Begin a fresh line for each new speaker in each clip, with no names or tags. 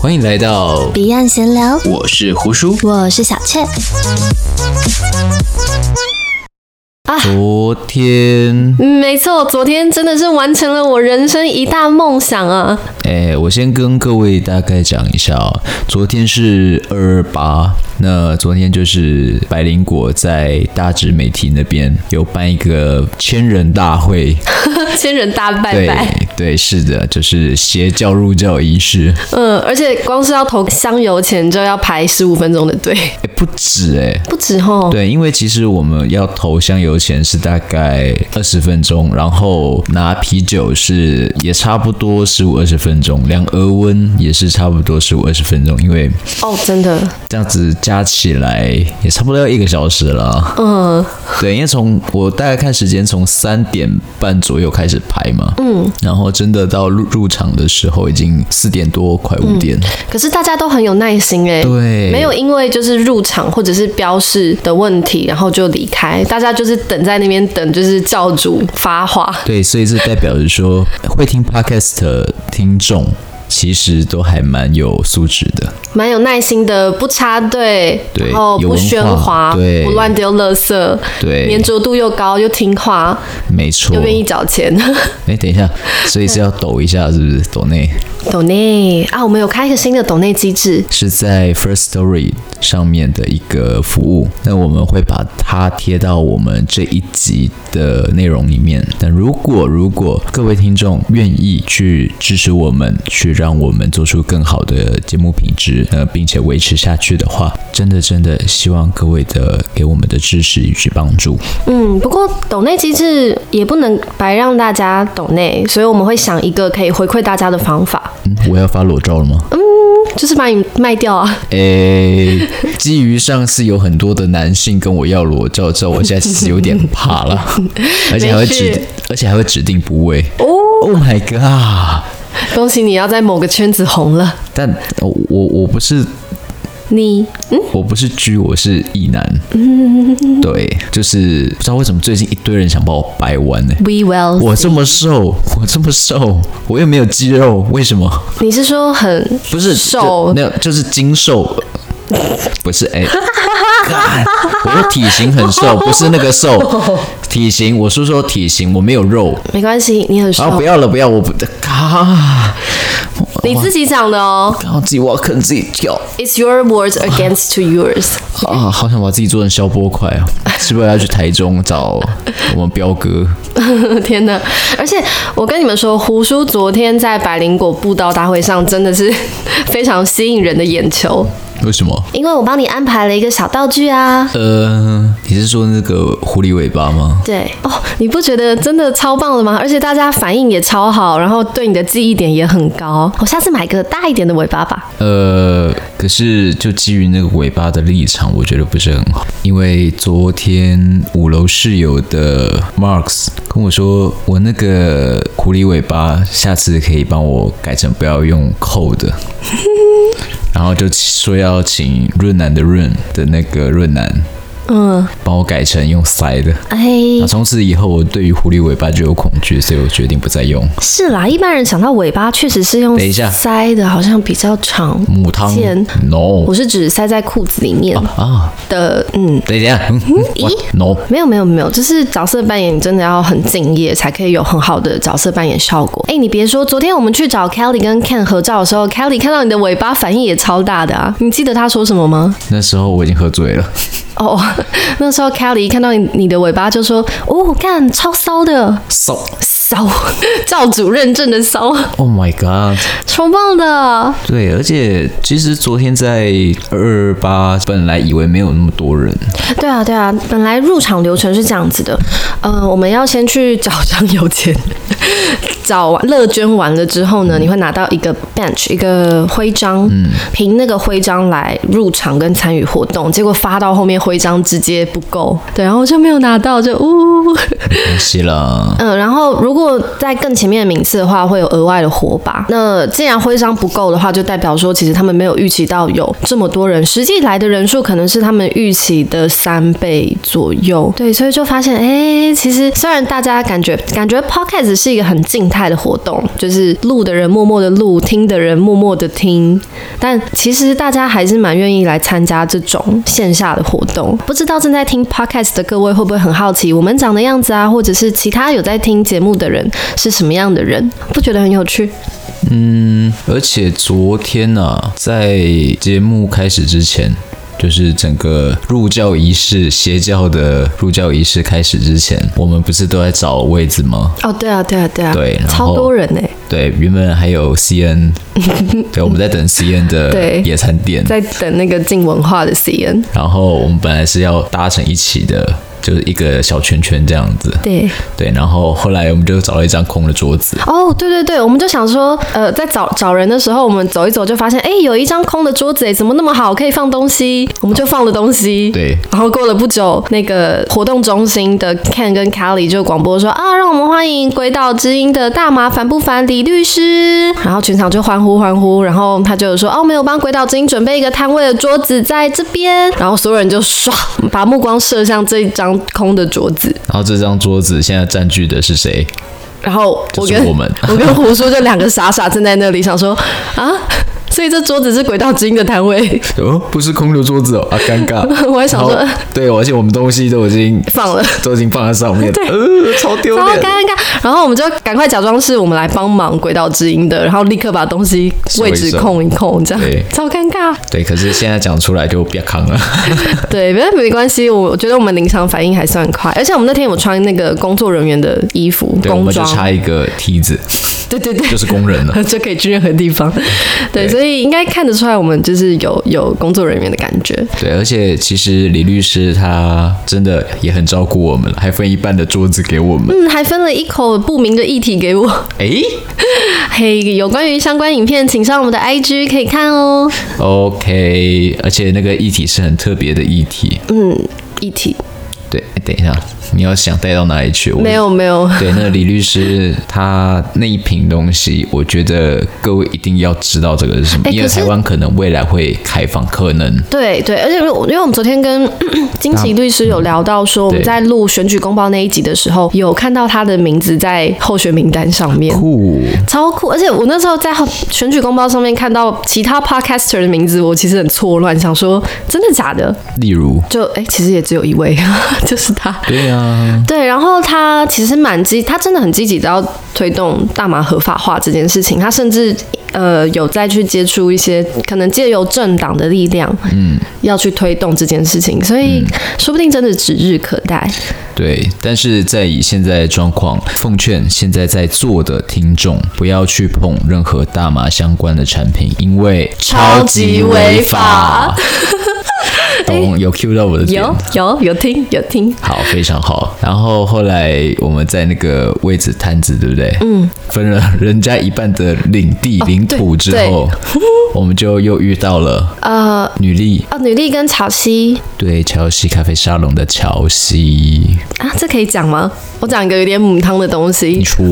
欢迎来到，
彼岸闲聊，
我是胡叔。
我是小雀。啊，
昨天，
嗯没错，昨天真的是完成了我人生一大梦 想啊！
哎，我先跟各位大概讲一下哦。昨天是二二八，那昨天就是百灵果在大直美体那边有办一个千人大会，
千人大拜
对
拜。
对，是的，就是邪教入教仪式。
嗯，而且光是要投香油钱就要排十五分钟的队，
哎，不止哎，
不止哦吼。
对，因为其实我们要投香油钱是大概二十分钟，然后拿啤酒是也差不多十五二十分钟，量额温也是差不多十五二十分钟，因为
哦，真的，
这样子加起来也差不多要一个小时了。
嗯，
对，因为从我大概看时间，从三点半左右开始排嘛，嗯，然后真的到入入场的时候已经四点多，快五点。
可是大家都很有耐心哎、
对，
嗯没有因为就是入场或者是标示的问题，然后就离开，大家就是等在那边等，就是教主发话。
对，所以这代表着说，会听 podcast 的听众其实都还蛮有素质的。
蛮有耐心的，不插队，
对
然后
有
不
文
喧
化
哗，
对
不乱丢垃圾，
对
粘着度又高又听话，
没错
又。愿意找钱。
哎，等一下，所以是要抖一下，是不是？抖内
抖内啊，我们有开一个新的抖内机制，
是在 First Story 上面的一个服务，那我们会把它贴到我们这一集的内容里面。但如果如果各位听众愿意去支持我们，去让我们做出更好的节目品质，呃，并且维持下去的话，真的真的希望各位的给我们的支持以及帮助。
嗯，不过抖内机制也不能白让大家抖内，所以我们会想一个可以回馈大家的方法，
嗯，我要发裸照了吗？
就是把你卖掉啊。
诶、基于上次有很多的男性跟我要裸照照，我现在其实有点怕 了，而且还会指
没事，
而且还会指定部位。
哦，
Oh my god！
恭喜你要在某个圈子红了，
但呃我我不是
你嗯，
我不是 G，我是异男。对，就是不知道为什么最近一堆人想把我掰弯呢、
We will，
我这么瘦，我这么瘦，我又没有肌肉，为什么？
你是说很
不是
瘦
就没有，就是精瘦，不是哎。干我说体型很瘦，不是那个瘦，体型，我是说体型，我没有肉。
没关系，你很
然后
瘦
不，要了，不要，我不，啊，
你自己讲的哦。
然后自己挖坑自己跳
It's your words against to yours。
啊，好想把自己做成消波块哦，是不是要去台中找我们彪哥？
天哪！而且我跟你们说，胡叔昨天在百灵果布道大会上真的是 非常吸引人的眼球，
为什么？
因为我帮你安排了一个小道具啊。
呃，你是说那个狐狸尾巴吗？
对哦，你不觉得真的超棒的吗？而且大家反应也超好，然后对你的记忆点也很高。我下次买个大一点的尾巴吧。
呃，可是就基于那个尾巴的立场，我觉得不是很好，因为昨天五楼室友的 Marks 跟我说，我那个狐狸尾巴下次可以帮我改成不要用扣的， 然后就说要请润南的润的那个润南
嗯，
帮我改成用塞的。
哎
那，从此以后，我对于狐狸尾巴就有恐惧，所以我决定不再用
是啦，一般人想到尾巴确实是用
等一下
塞的，好像比较长。
母汤
见。
No
我是指塞在裤子里面
啊，
的，嗯，
等一下，嗯 嗯
咦
what？，No。
没有没有没有，就是角色扮演，你真的要很敬业，才可以有很好的角色扮演效果。哎，你别说，昨天我们去找 Kelly 跟 Ken 合照的时候，Kelly 看到你的尾巴，反应也超大的啊！你记得他说什么吗？
那时候我已经喝醉了，
哦， 那时候 Kelly 看到你你的尾巴就说：“哦，看超骚的，
骚、
骚， 教主认证的骚，
o h Oh my god！
超棒的。
对，而且其实昨天在二二八，本来以为没有那么多人，”
对啊对啊，本来入场流程是这样子的，呃，我们要先去找张油钱。 找完乐捐完了之后呢，你会拿到一个 bench 一个徽章，凭那个徽章来入场跟参与活动。结果发到后面徽章直接不够，对，然后我就没有拿到，就呜、
没西了。
嗯，然后如果在更前面的名次的话，会有额外的火把。那既然徽章不够的话，就代表说其实他们没有预期到有这么多人，实际来的人数可能是他们预期的三倍左右。对，所以就发现，哎，其实虽然大家感觉感觉 podcast 是一个很静态的活动，就是录的人默默的录，听的人默默的听，但其实大家还是蛮愿意来参加这种线下的活动。不知道正在听 podcast 的各位会不会很好奇我们长的样子啊，或者是其他有在听节目的人是什么样的人？不觉得很有趣？
嗯，而且昨天呢、啊，在节目开始之前，就是整个入教仪式、邪教的入教仪式开始之前，我们不是都在找位置吗？
哦，对啊，对啊，对啊，
对然后
超多人呢、欸
对，原本还有 CN，对， 我们在等 CN 的
对
野餐店，
在等那个静文化的 CN。
然后我们本来是要搭成一起的，就是一个小圈圈这样子。
对，
对，然后后来我们就找了一张空的桌子，
哦，对对对，我们就想说，呃，在找找人的时候，我们走一走就发现，哎，有一张空的桌子，哎，怎么那么好，可以放东西，我们就放了东西。
对
然后过了不久，那个活动中心的 Ken 跟 Kelly 就广播说啊，让我们欢迎鬼岛之音的大麻烦不烦李律师。然后全场就欢呼欢呼，然后他就说哦，没有帮鬼岛之音准备一个摊位的桌子在这边。然后所有人就唰把目光射向这一张空的桌子，
然后这张桌子现在占据的是谁？
然后
就
我
是
跟
我们
我跟胡叔就两个傻傻站在那里，想说啊，所以这桌子是轨道之音的摊位，
哦，不是空的桌子哦，啊，尴尬。
我还想说
然后对，而且我们东西都已经
放了。
都已经放在上面，呃，超丢
超尴
脸。
尬，然后我们就赶快假装是我们来帮忙轨道之音的，然后立刻把东西位置空一空，这样
对
超尴尬。
对，可是现在讲出来就不要扛 了。
对，没没关系，我我觉得我们临场反应还算快，而且我们那天有穿那个工作人员的衣服
对，我
工
们就
装，
差一个梯子，
对对对，
就是工人了。
就可以去任何地 方。对，
对
所以应该看得出来，我们就是有有工作人员的感觉。
对，而且其实李律师他真的也很照顾我们了，还分一半的桌子给我们。
嗯，还分了一口不明的液体给我。
诶
嘿、有关于相关影片，请上我们的 IG 可以看哦。
o k 而且那个议题是很特别的议题。
嗯，液体
对，诶等一下，你要想带到哪里去？我
没。有没有，
对，那李律师他那一瓶东西，我觉得各位一定要知道这个是什么，
诶
因为
哎可是
台湾可能未来会开放，可能
对对，而且我因为我们昨天跟 金奇律师有聊到说，我们
对
在录选举公报那一集的时候，有看到他的名字在候选名单上面。
酷。
超酷！而且我那时候在选举公报上面看到其他 podcaster 的名字，我其实很错乱，想说真的假的？
例如，
就哎、其实也只有一位， 就是他。
对啊，
对，然后他其实蛮积，他真的很积极的要推动大麻合法化这件事情。他甚至呃有再去接触一些可能借由政党的力量，嗯，要去推动这件事情，所以、说不定真的指日可待。
对，但是在以现在的状况，奉劝现在在座的听众不要去碰任何大麻相关的产品，因为
超级违法。
懂有 Q 到我的点。
有有有听有听，
好，非常好。然后后来我们在那个位置摊子，对不对？嗯，分了人家一半的领地、领土之后， 我们就又遇到了
呃。
女力，
哦，女力跟草溪
对，乔西咖啡沙龙的乔西，
啊，这可以讲吗？我讲一个有点母汤的东西
你，说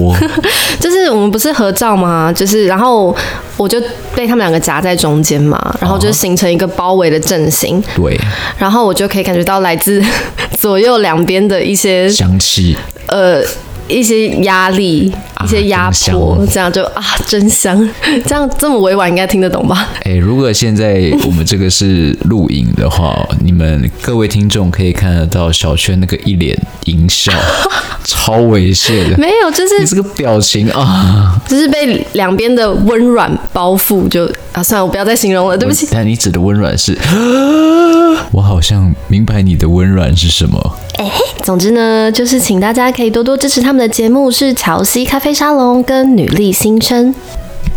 就是我们不是合照吗？就是然后我就被他们两个夹在中间嘛，然后就形成一个包围的阵型。
对，
然后我就可以感觉到来自 左右两边的一些
香 气。
呃一些压力、一些压
啊真
迫，
香
这样就啊真香， 这样这么委婉应该听得懂吧？
哎，如果现在我们这个是录影的话，你们各位听众可以看得到小轩那个一脸淫 笑，超猥亵的，
没有，就是
你这个表情啊！
只是被两边的温软包覆，就啊算了，我不要再形容了，对不起
我。但你指的温软是， 我好像明白你的温软是什么。
总之呢，就是请大家可以多多支持他们的节目，是乔西咖啡沙龙跟女力新生。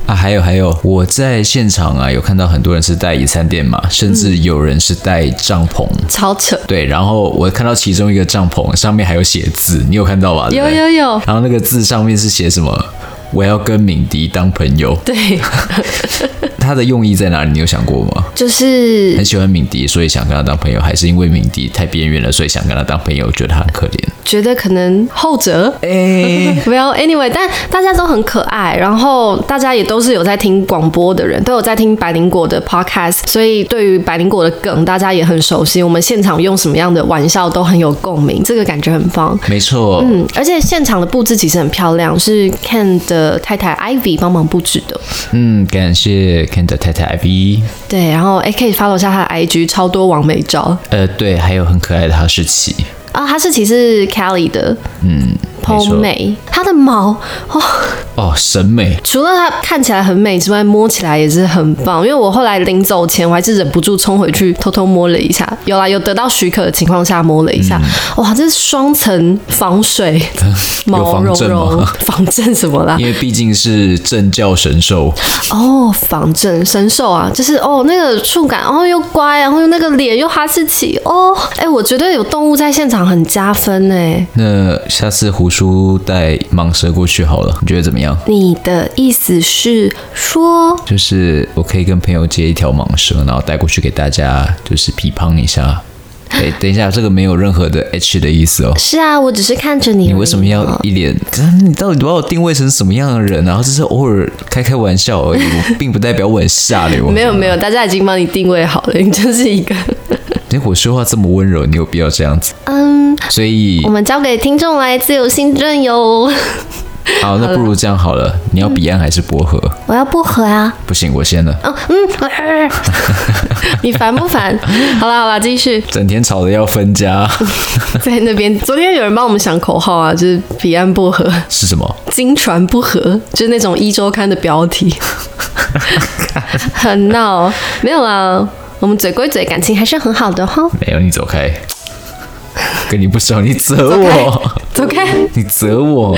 啊，还有还有，我在现场啊有看到很多人是带野餐垫嘛，甚至有人是带帐篷。
超扯，
对，然后我看到其中一个帐篷上面还有写字，你有看到吧？对不
有
对
有有，
然后那个字上面是写什么？我要跟敏迪当朋友。
对，
他的用意在哪里？你有想过吗？
就是
很喜欢敏迪，所以想跟他当朋友，还是因为敏迪太边缘了，所以想跟他当朋友，觉得他很可怜？
觉得可能后者。
哎，
Well, anyway，但大家都很可爱，然后大家也都是有在听广播的人，都有在听百灵果的 podcast，所以对于百灵果的梗，大家也很熟悉。我们现场用什么样的玩笑都很有共鸣，这个感觉很棒。
没错，
嗯，而且现场的布置其实很漂亮，是 Ken 的太太 Ivy 帮忙布置的。
嗯，感谢 Ken 的太太 IV，
对，然后哎，可以 follow 一下他的 IG，超多完美照
呃，对，还有很可爱的哈士奇，
啊。他是其实 Kelly 的
嗯，没
蓬
错，
美，她的毛哦，
哦，审美，
除了它看起来很美之外，摸起来也是很棒。因为我后来临走前，我还是忍不住冲回去偷偷摸了一下，有啦，有得到许可的情况下摸了一下，哇，这是双层防水毛
嗯 有防
茸
震
茸
吗，
防震什么 啦？
因为毕竟是政教神兽，
哦，仿真神兽啊，就是哦那个触感，哦又乖，然后又那个脸又哈士奇，哦，哎，我觉得有动物在现场很加分哎。
那下次胡叔带蟒蛇过去好了，你觉得怎么样？
你的意思是说，
就是我可以跟朋友借一条蟒蛇，然后带过去给大家，就是批判一 下。哎，等一下，这个没有任何的 H 的意思哦。
是啊，我只是看着你而已
你
嘛，
为什么要一脸？可是你到底把我定位成什么样的人啊？然后只是偶尔开开玩笑而已，我并不代表我很下流。
没有没有，大家已经帮你定位好了，你就是一个，
哎，我说话这么温柔，你有必要这样子？
嗯，
所以
我，们交给听众来自由心任由。
好，那不如这样好
嗯
了，你要彼岸还是薄荷？
我要薄荷啊！
不行，我先了。
嗯嗯，你烦不烦？好啦好啦，继续
整天吵着要分 家
在那边。昨天有人帮我们想口号啊，就是彼岸薄荷，
是什么？
金船不合，就是那种一周刊的标题，很闹。没有啦，我们嘴归嘴，感情还是很好的哈。
没有，你走开，跟你不熟，你责
走开
我，
走开。
你责我。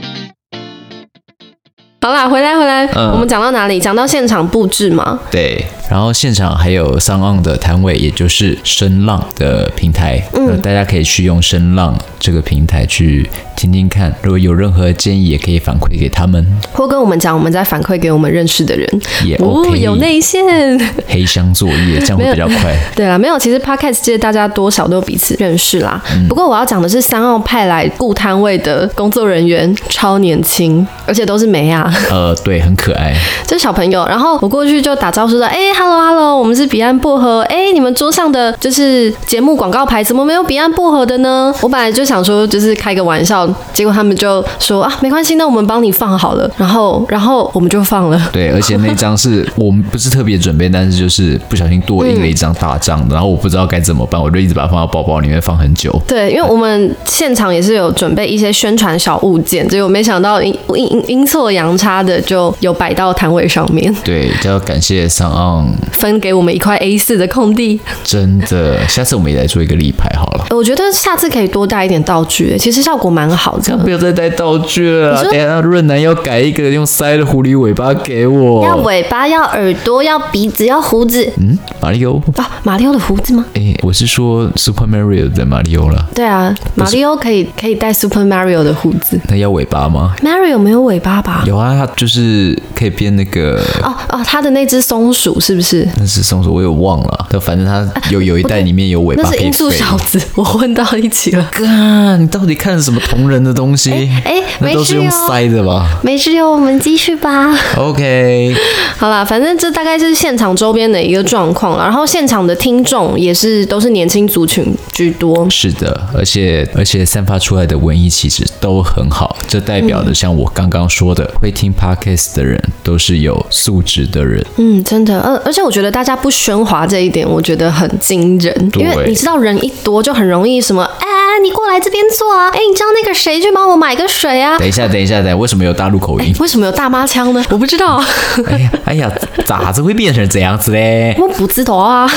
好啦，回来回来，
嗯
我们讲到哪里？讲到现场布置嘛。
对，然后现场还有上岸的摊位，也就是声浪的平台，嗯，大家可以去用声浪这个平台去听听看，如果有任何建议，也可以反馈给他们，
或跟我们讲，我们再反馈给我们认识的人。
也
哦
OK，、
有内线。
黑箱作业，这样会比较快。
对啊啦，没有，其实 podcast 界大家多少都彼此认识啦。
嗯
不过我要讲的是，三澳派来雇摊位的工作人员超年轻，而且都是美 亚，
呃，对，很可爱，
这是小朋友。然后我过去就打招呼说：“哎、h e l l o hello，我们是彼岸薄荷。哎、你们桌上的就是节目广告牌，怎么没有彼岸薄荷的呢？”我本来就想说就是开个玩笑，结果他们就说：“啊，没关系，那我们帮你放好了。”然后，然后我们就放了。
对，而且那张是我们不是特别准备，但是就是不小心多印了一张大张的，然后我不知道该怎么办，我就一直把它放到包包里面放很久。
对，因为我们现场也是有准备一些宣传小物件，结果没想到阴阴阴阴错阳差的就有摆到摊位上面，
对，就要感谢上岸，
分给我们一块 A 4的空地。
真的，下次我们也来做一个立牌好了。
我觉得下次可以多带一点道具，其实效果蛮好
这样
的。
不要再带道具了啦。
你说
等一下润南要改一个用塞的狐狸尾巴给我。
要尾巴，要耳朵，要鼻子，要胡子。哦
嗯，马里奥。
啊，马里奥的胡子吗？
哎、我是说 Super Mario 的马里奥啦。
对啊，马里奥可以可以戴 Super Mario 的胡子。
那要尾巴吗？
Mario 没有尾巴吧？
有啊，它就是可以编那个，
哦哦，他的那只松鼠是不是？
那是松鼠，我有忘了。但反正它有有一袋里面有尾巴
啊那
可
是
以
音速
飞。
小子，我混到一起了。
干，你到底看什么同人的东西？
哎哎
那都是用
没事哦
塞的吧
没事哟，我们继续吧。
？OK，
好啦，反正这大概是现场周边的一个状况啦然后现场的听众也是都是年轻族群居多。
是的，而且而且散发出来的文艺气质都很好，这代表的像我刚刚说的，会听 podcast 的人都是有素质的人。
嗯，真的，而而且我觉得大家不喧哗这一点，我觉得很惊人，
对
因为你知道人一多就很容易什么，哎、你过来这边坐啊，哎、你知道那个谁去帮我买个水啊？
等一下，等一下，等一下，为什么有大陆口 音？
为什么有大妈腔呢？我不知道 啊，
哎呀，哎呀，咋子会变成这样子嘞？
我不知道啊。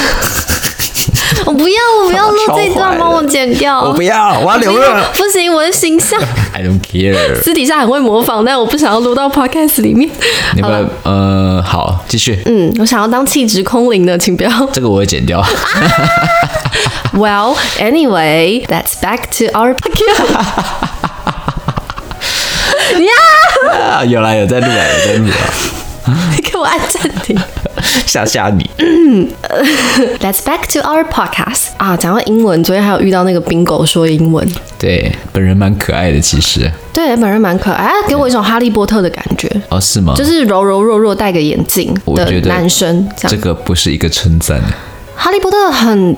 我不要，我不要录这一段，帮我剪掉。
我不要，我要留 着。
不行，我的形 象
I don't care。
私底下很会模仿，但我不想要录到 podcast 里面。
你们呃，好，继续。
嗯，我想要当气质空灵的， 请不要。
这个我会剪掉。
Well, anyway, that's back to our podcast.
啊有啦，有在录啊，有在录啊，
你给我按暂停。
吓吓你。
Let's back to our podcast. 啊，讲到英文，昨天还有遇到那个 bingo 说英文，
对，本人蛮可爱的，其实。
对，啊本人蛮可爱，啊给我一种哈利波特的感觉，
哦，是吗？
就是柔柔弱弱，戴个眼镜
我
的
觉得
男生这
这
样。
个不是一个称赞。
哈利波特很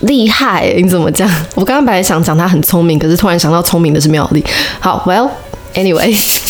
厉害，哎你怎么讲？ 我刚刚本来想讲他很聪明，可是突然想到聪明的是妙丽。好，Well, anyways.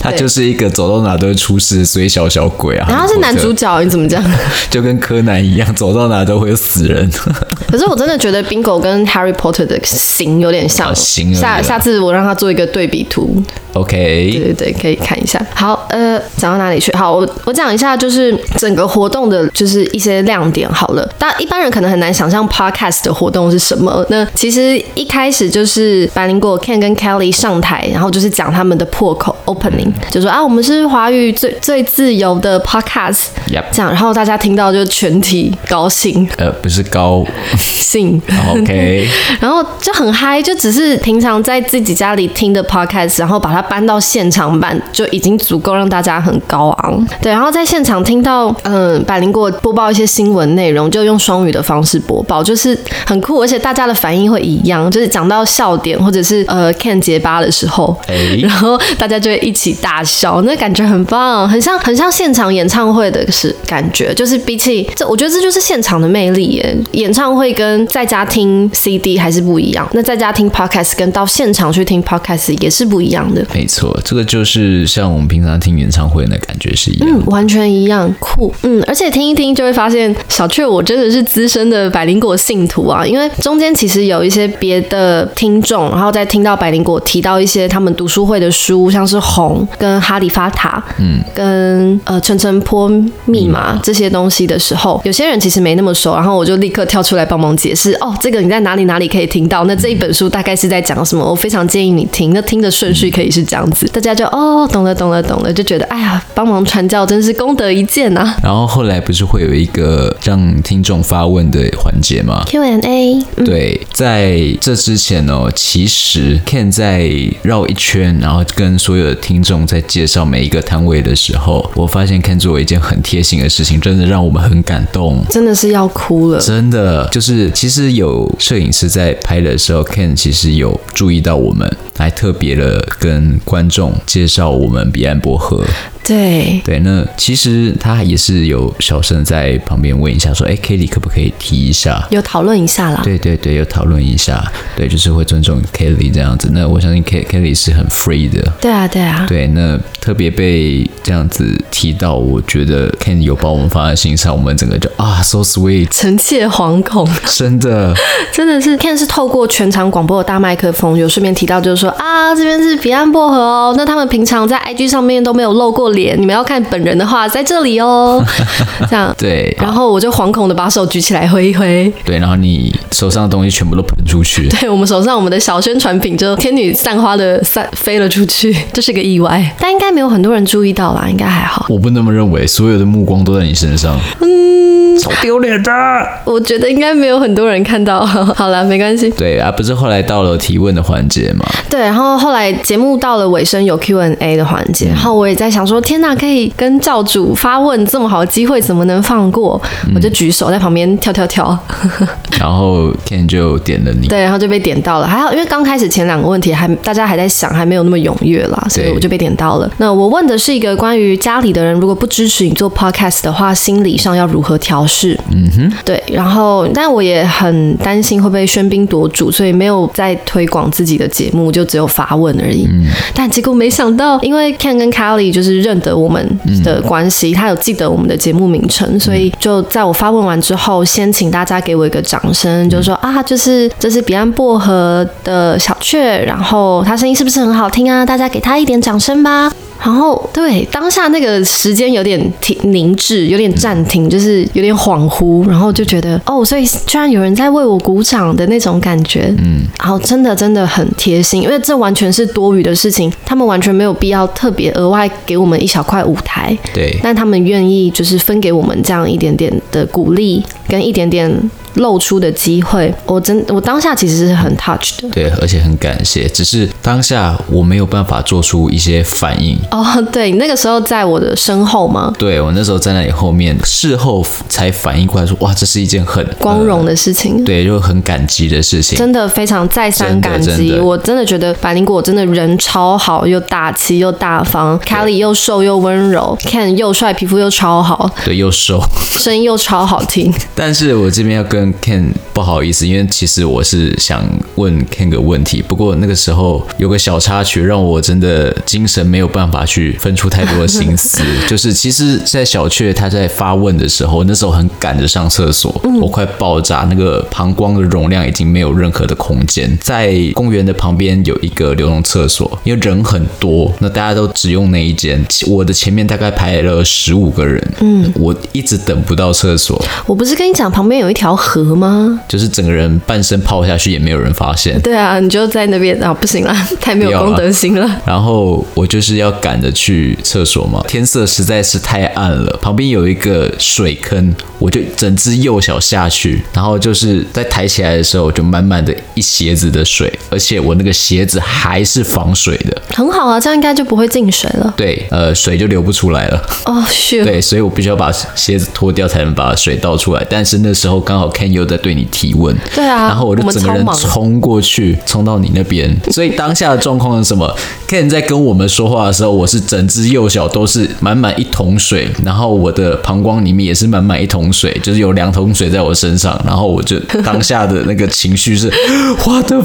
他就是一个走到哪都会出事，所以小小鬼啊。
然后他是男主角，你怎么讲？
就跟柯南一样，走到哪都会有死人。
可是我真的觉得 Bingo 跟 Harry Potter 的型有点像，
啊型有点
下下次我让他做一个对比图，对
OK，
对对，可以看一下。好，呃，讲到哪里去？好，我我讲一下，就是整个活动的，就是一些亮点好了。但一般人可能很难想象 podcast 的活动是什么。那其实一开始就是白灵果 Ken 跟 Kelly 上台，然后就是讲他们的破口
嗯
opening，就说啊，我们是华语最最自由的 podcast，
Yep
这样，然后大家听到就全体高兴
呃，不是高
兴。
，OK，
然后就很嗨，就只是平常在自己家里听的 podcast，然后把它搬到现场版，就已经足够让大家很高昂。对，然后在现场听到嗯百灵果播报一些新闻内容，就用双语的方式播报，就是很酷，而且大家的反应会一样，就是讲到笑点或者是呃 Ken 结巴的时候，
哎
然后大家就会一起大笑，那感觉很棒，很像很像现场演唱会的是感觉，就是比起这，我觉得这就是现场的魅力耶。演唱会跟在家听 CD 还是不一样，那在家听 podcast 跟到现场去听 podcast 也是不一样的。
没错，这个就是像我们平常听演唱会那感觉是一样。
嗯，完全一样，酷。嗯，而且听一听就会发现，小雀我真的是资深的百灵果信徒啊，因为中间其实有一些别的听众，然后再听到百灵果提到一些他们读书会的书，像是《红》跟《哈利法塔》，嗯，跟呃《陈陈坡密码》这些东西的时候，有些人其实没那么熟，然后我就立刻跳出来帮忙解释，哦，这个你在哪里哪里可以听到，那这一本书大概是在讲什么，我非常建议你听，那听的顺序可以是这样子，大家就哦懂了懂了懂了，就觉得哎呀，帮忙传教真是功德一件啊。
然后后来不是会有一个让听众发问的环节吗？
Q&A，
对，在这之前哦，其实 Ken 在绕一圈，然后跟所有的听众在介绍每一个摊位的时候，我发现 Ken 做了一件很贴心的事情，真的让我们很感动。
真的是要哭了。
真的就是，其实有摄影师在拍的时候，Ken 其实有注意到我们，还特别的跟观众介绍我们彼岸薄荷。
对，
对，那其实他也是有小声在旁边问一下，说：“哎 k i t t y 可不可以提一下？”
有讨论一下啦。
对对对，有讨论一下，对，就是会尊重 Kelly 这样子。那我相信 K Kelly 是很 free 的。
对啊，对啊。
对，那特别被这样子提到，我觉得 Ken 有把我们放在心上，我们整个就啊，so sweet，
臣妾惶恐，
真的，
真的是 Ken 是透过全场广播的大麦克风，有顺便提到，就是说啊，这边是彼岸薄荷哦。那他们平常在 IG 上面都没有露过脸，你们要看本人的话，在这里 哦。这样，
对
然后我就惶恐的把手举起来挥一挥。
对，然后你手上的东西全部都喷出去，
对我们手上我们的小宣传品就天女散花的散飞了出去，这是个意外，但应该没有很多人注意到啦，应该还好。
我不那么认为，所有的目光都在你身上，嗯，超丢脸的。
我觉得应该没有很多人看到。好了，没关系。
对啊，不是后来到了提问的环节嘛？
对，然后后来节目到了尾声，有 Q&A 的环节，然后我也在想说，天哪，可以跟教主发问这么好的机会，怎么能放过？我就举手在旁边跳跳 跳，
然后 Ken 就点了你，
对，然后就被点到了。还好，因为刚开始前两个问题还大家还在想，还没有那么踊跃啦，所以
对
我就被点到了。那我问的是一个关于家里的人如果不支持你做 podcast 的话，心理上要如何调试？嗯哼，对。然后，但我也很担心会不会喧宾夺主，所以没有在推广自己的节目，就只有发问而已。嗯，但结果没想到，因为 Ken 跟 Kelly 就是认得我们的关系，他有记得我们的节目名称，所以就在我发问完之后，先请大家给我一个掌声，就说啊，就是这是彼岸薄荷的小雀，然后他声音是不是很好听啊？大家给他一点掌声吧。然后对当下那个时间有点停凝滞，有点暂停，就是有点恍惚，然后就觉得哦，所以居然有人在为我鼓掌的那种感觉，嗯，然后真的真的很贴心，因为这完全是多余的事情，他们完全没有必要特别额外给我们一小块舞台，
对，
但他们愿意就是分给我们这样一点点的鼓励跟一点点露出的机会，我真我当下其实是很 touch 的。
对，而且很感谢。只是当下我没有办法做出一些反应。
哦，对，你那个时候在我的身后吗？
对我那时候站在你后面，事后才反应过来说，哇，这是一件很呃
光荣的事情，
对，就很感激的事情。
真的非常再三感
嗯真的
激。
真的
我真的觉得百灵果真的人超好，又大气又大方，Kelly 又瘦又温柔，Ken 又帅，皮肤又超好，
对，又瘦。
声音又超好听。
但是我这边要跟 Ken 不好意思，因为其实我是想问 Ken 个问题，不过那个时候有个小插曲，让我真的精神没有办法去分出太多的心思。就是其实，在小雀他在发问的时候，那时候很赶着上厕所，我快爆炸，那个膀胱的容量已经没有任何的空间。在公园的旁边有一个流动厕所，因为人很多，那大家都只用那一间。我的前面大概排了十五个人，嗯，我一直等不到厕所。
我不是跟你讲旁边有一条河吗？
就是整个人半身泡下去也没有人发现。
对啊，你就在那边啊，不行 啦，太没
不
有
要
公
啦
德心了。
然后我就是要赶着去厕所嘛，天色实在是太暗了，旁边有一个水坑，我就整只右脚下去，然后就是在抬起来的时候就满满的一鞋子的水，而且我那个鞋子还是防水的，
很好啊，这样应该就不会进水了。
对，呃，水就流不出来了。
哦， 是，
对，所以我必须要把鞋子脱掉才能把水倒出来。但是那时候刚好 Ken 又在对你提问，
对啊
然后我就
我们
整个
超
人
忙
冲过去，冲到你那边。所以当下的状况是什么？Ken 在跟我们说话的时候，我是整只右脚都是满满一桶水，然后我的膀胱里面也是满满一桶水，就是有两桶水在我身上。然后我就当下的那个情绪是 What the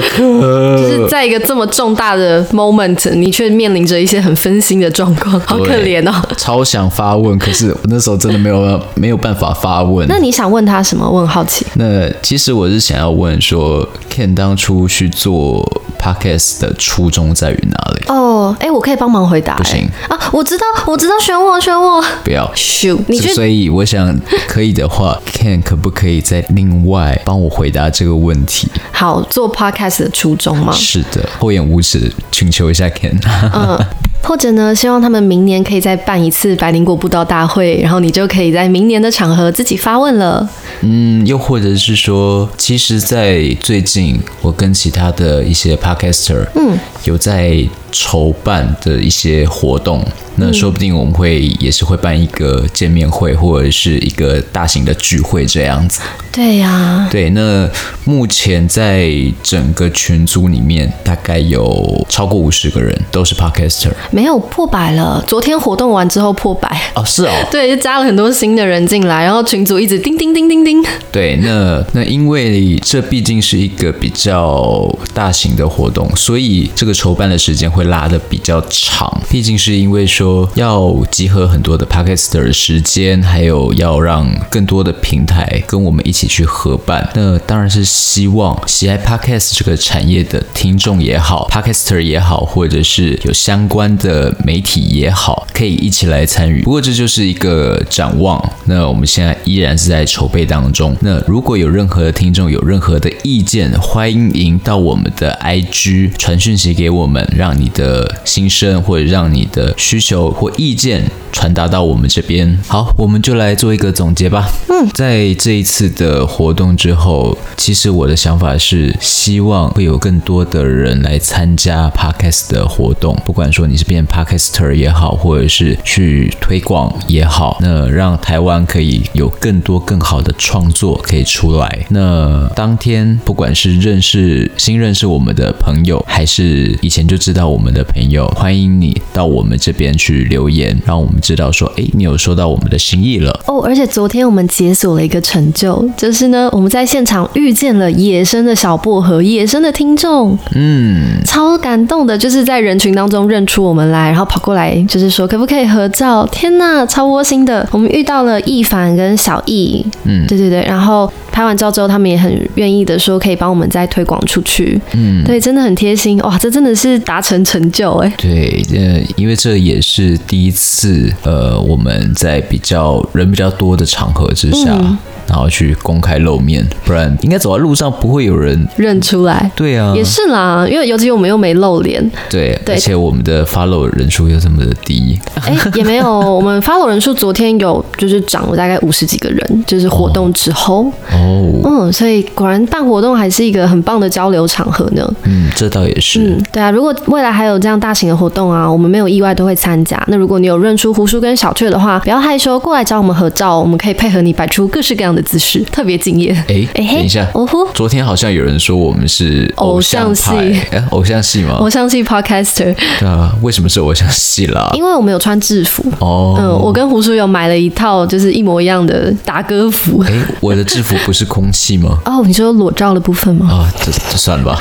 fuck？
就是在一个这么重大的 moment，你却面临着一些很分心的状况，好可
对
怜哦。
超想发问，可是我那时候真的没有办法没有办法发问。
那你想问他什么？我很好奇。
那其实我是想要问说，Ken 当初去做 podcast 的初衷在于哪里？
哦，哎，我可以帮忙回答、不
行
啊，我知道，我知道，选我，选我。
不要。
咻，你去
所以我想，可以的话 ，Ken 可不可以再另外帮我回答这个问题？
好做 podcast 的初衷吗？
是的，厚颜无耻，请求一下 Ken。
嗯，或者呢，希望他们明年可以再办一次百灵果布道大会，然后你就可以在明年的场合自己发问了。
嗯，又或者是说，其实，在最近我跟其他的一些 podcaster，嗯，有在筹办的一些活动，那说不定我们会也是会办一个见面会，或者是一个大型的聚会这样子。
对呀、
对，那目前在整个群组里面，大概有超过五十个人都是 podcaster。
没有破百了。昨天活动完之后破百。
哦，是哦，
对，就加了很多新的人进来，然后群组一直叮叮叮叮叮。
对，那那因为这毕竟是一个比较大型的活动，所以这个筹办的时间会拉的比较长。毕竟是因为说要集合很多的 p a d c a s t e r 时间，还有要让更多的平台跟我们一起去合办。那当然是希望喜爱 podcast 这个产业的听众也好，podcaster 也好，或者是有相关的媒体也好，可以一起来参与。不过这就是一个展望。那我们现在依然是在筹备当中。那如果有任何的听众有任何的意见，欢迎到我们的 IG 传讯息给我们，让你的心声或者让你的需求或意见传达到我们这边。好，我们就来做一个总结吧。嗯，在这一次的活动之后，其实我的想法是，希望会有更多的人来参加 podcast 的活动，不管说你是变 podcaster 也好，或者是去推广也好，那让台湾可以有更多更好的创作可以出来。那当天不管是认识新认识我们的朋友，还是以前就知道我们的朋友，欢迎你到我们这边去留言，让我们知道说，诶，你有收到我们的心意了。
哦，而且昨天我们解锁了一个成就，就是呢，我们在现场遇见了野生的小薄荷，野生的听众，嗯，超感动的，就是在人群当中认出我们来，然后跑过来就是说可不可以合照？天呐，超窝心的！我们遇到了一凡跟小易，嗯，对对对，然后拍完照之后，他们也很愿意的说可以帮我们再推广出去，嗯，对，真的很贴心，哇，这真的是达成成就哎、
对，呃，因为这也是第一次，呃，我们在比较人比较多的场合之下，
嗯
然后去公开露面，不然应该走在路上不会有人。
认出来。
对啊，
也是啦，因为尤其我们又没露脸，
对，
对
而且我们的 follow 人数又这么的低，
哎、也没有，我们 follow 人数昨天有就是涨了大概五十几个人，就是活动之后，
哦，
嗯，所以果然办活动还是一个很棒的交流场合呢。
嗯，这倒也是，
嗯，对啊，如果未来还有这样大型的活动啊，我们没有意外都会参加。那如果你有认出胡叔跟小雀的话，不要害羞，过来找我们合照，我们可以配合你摆出各式各样的姿势，特别敬业。
哎、
哎嘿
等一下，
哦呼，
昨天好像有人说我们是
偶像
像派
系，
哎偶像系吗
我？相信 podcaster，
对啊，为什么是偶像系啦？
因为我们有穿制服。
哦，
嗯，我跟胡叔有买了一套就是一模一样的达哥服。
哎、我的制服不是空气吗？
哦，你说裸照的部分吗？
啊，这这算了吧。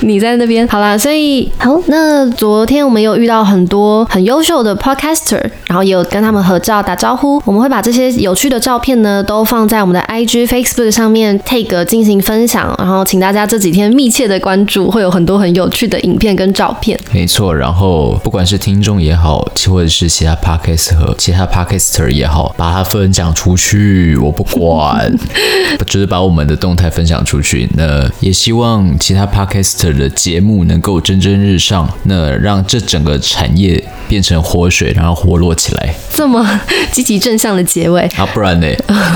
你在那边好啦，所以好，那昨天我们有遇到很多很优秀的 podcaster，然后也有跟他们合照打招呼。我们会把这些有趣的照片呢，都放在我们的 IG、Facebook 上面 tag 进行分享，然后请大家这几天密切的关注，会有很多很有趣的影片跟照片。
没错，然后不管是听众也好，或者是其他 podcast 和其他 podcaster 也好，把它分享出去，我不管，就是把我们的动态分享出去。那也希望其他 podcaster 的节目能够蒸蒸日上，那让这整个产业变成活水，然后活络起来。
这么积极正向的结尾，
啊，不然呢？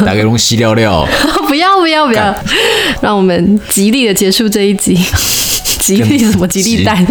打给龙西聊聊，
不要不要不要，让我们极力的结束这一集。极力什么极力蛋？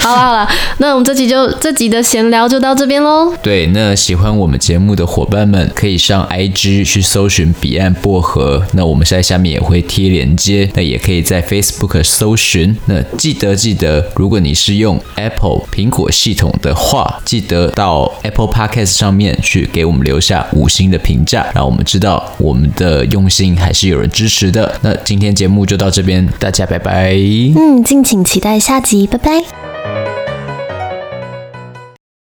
好了好了，那我们这集就这集的闲聊就到这边喽。
对，那喜欢我们节目的伙伴们，可以上 IG 去搜寻彼岸薄荷。那我们是在下面也会贴链接，那也可以在 Facebook 搜寻。那记得记得，如果你是用 Apple 苹果系统的话，记得到 Apple Podcast 上面去给我们留下五星的评价，让我们知道我们的用心还是有人支持的。那今天节目就到这边，大家拜拜。
嗯，敬请期待下集，拜拜。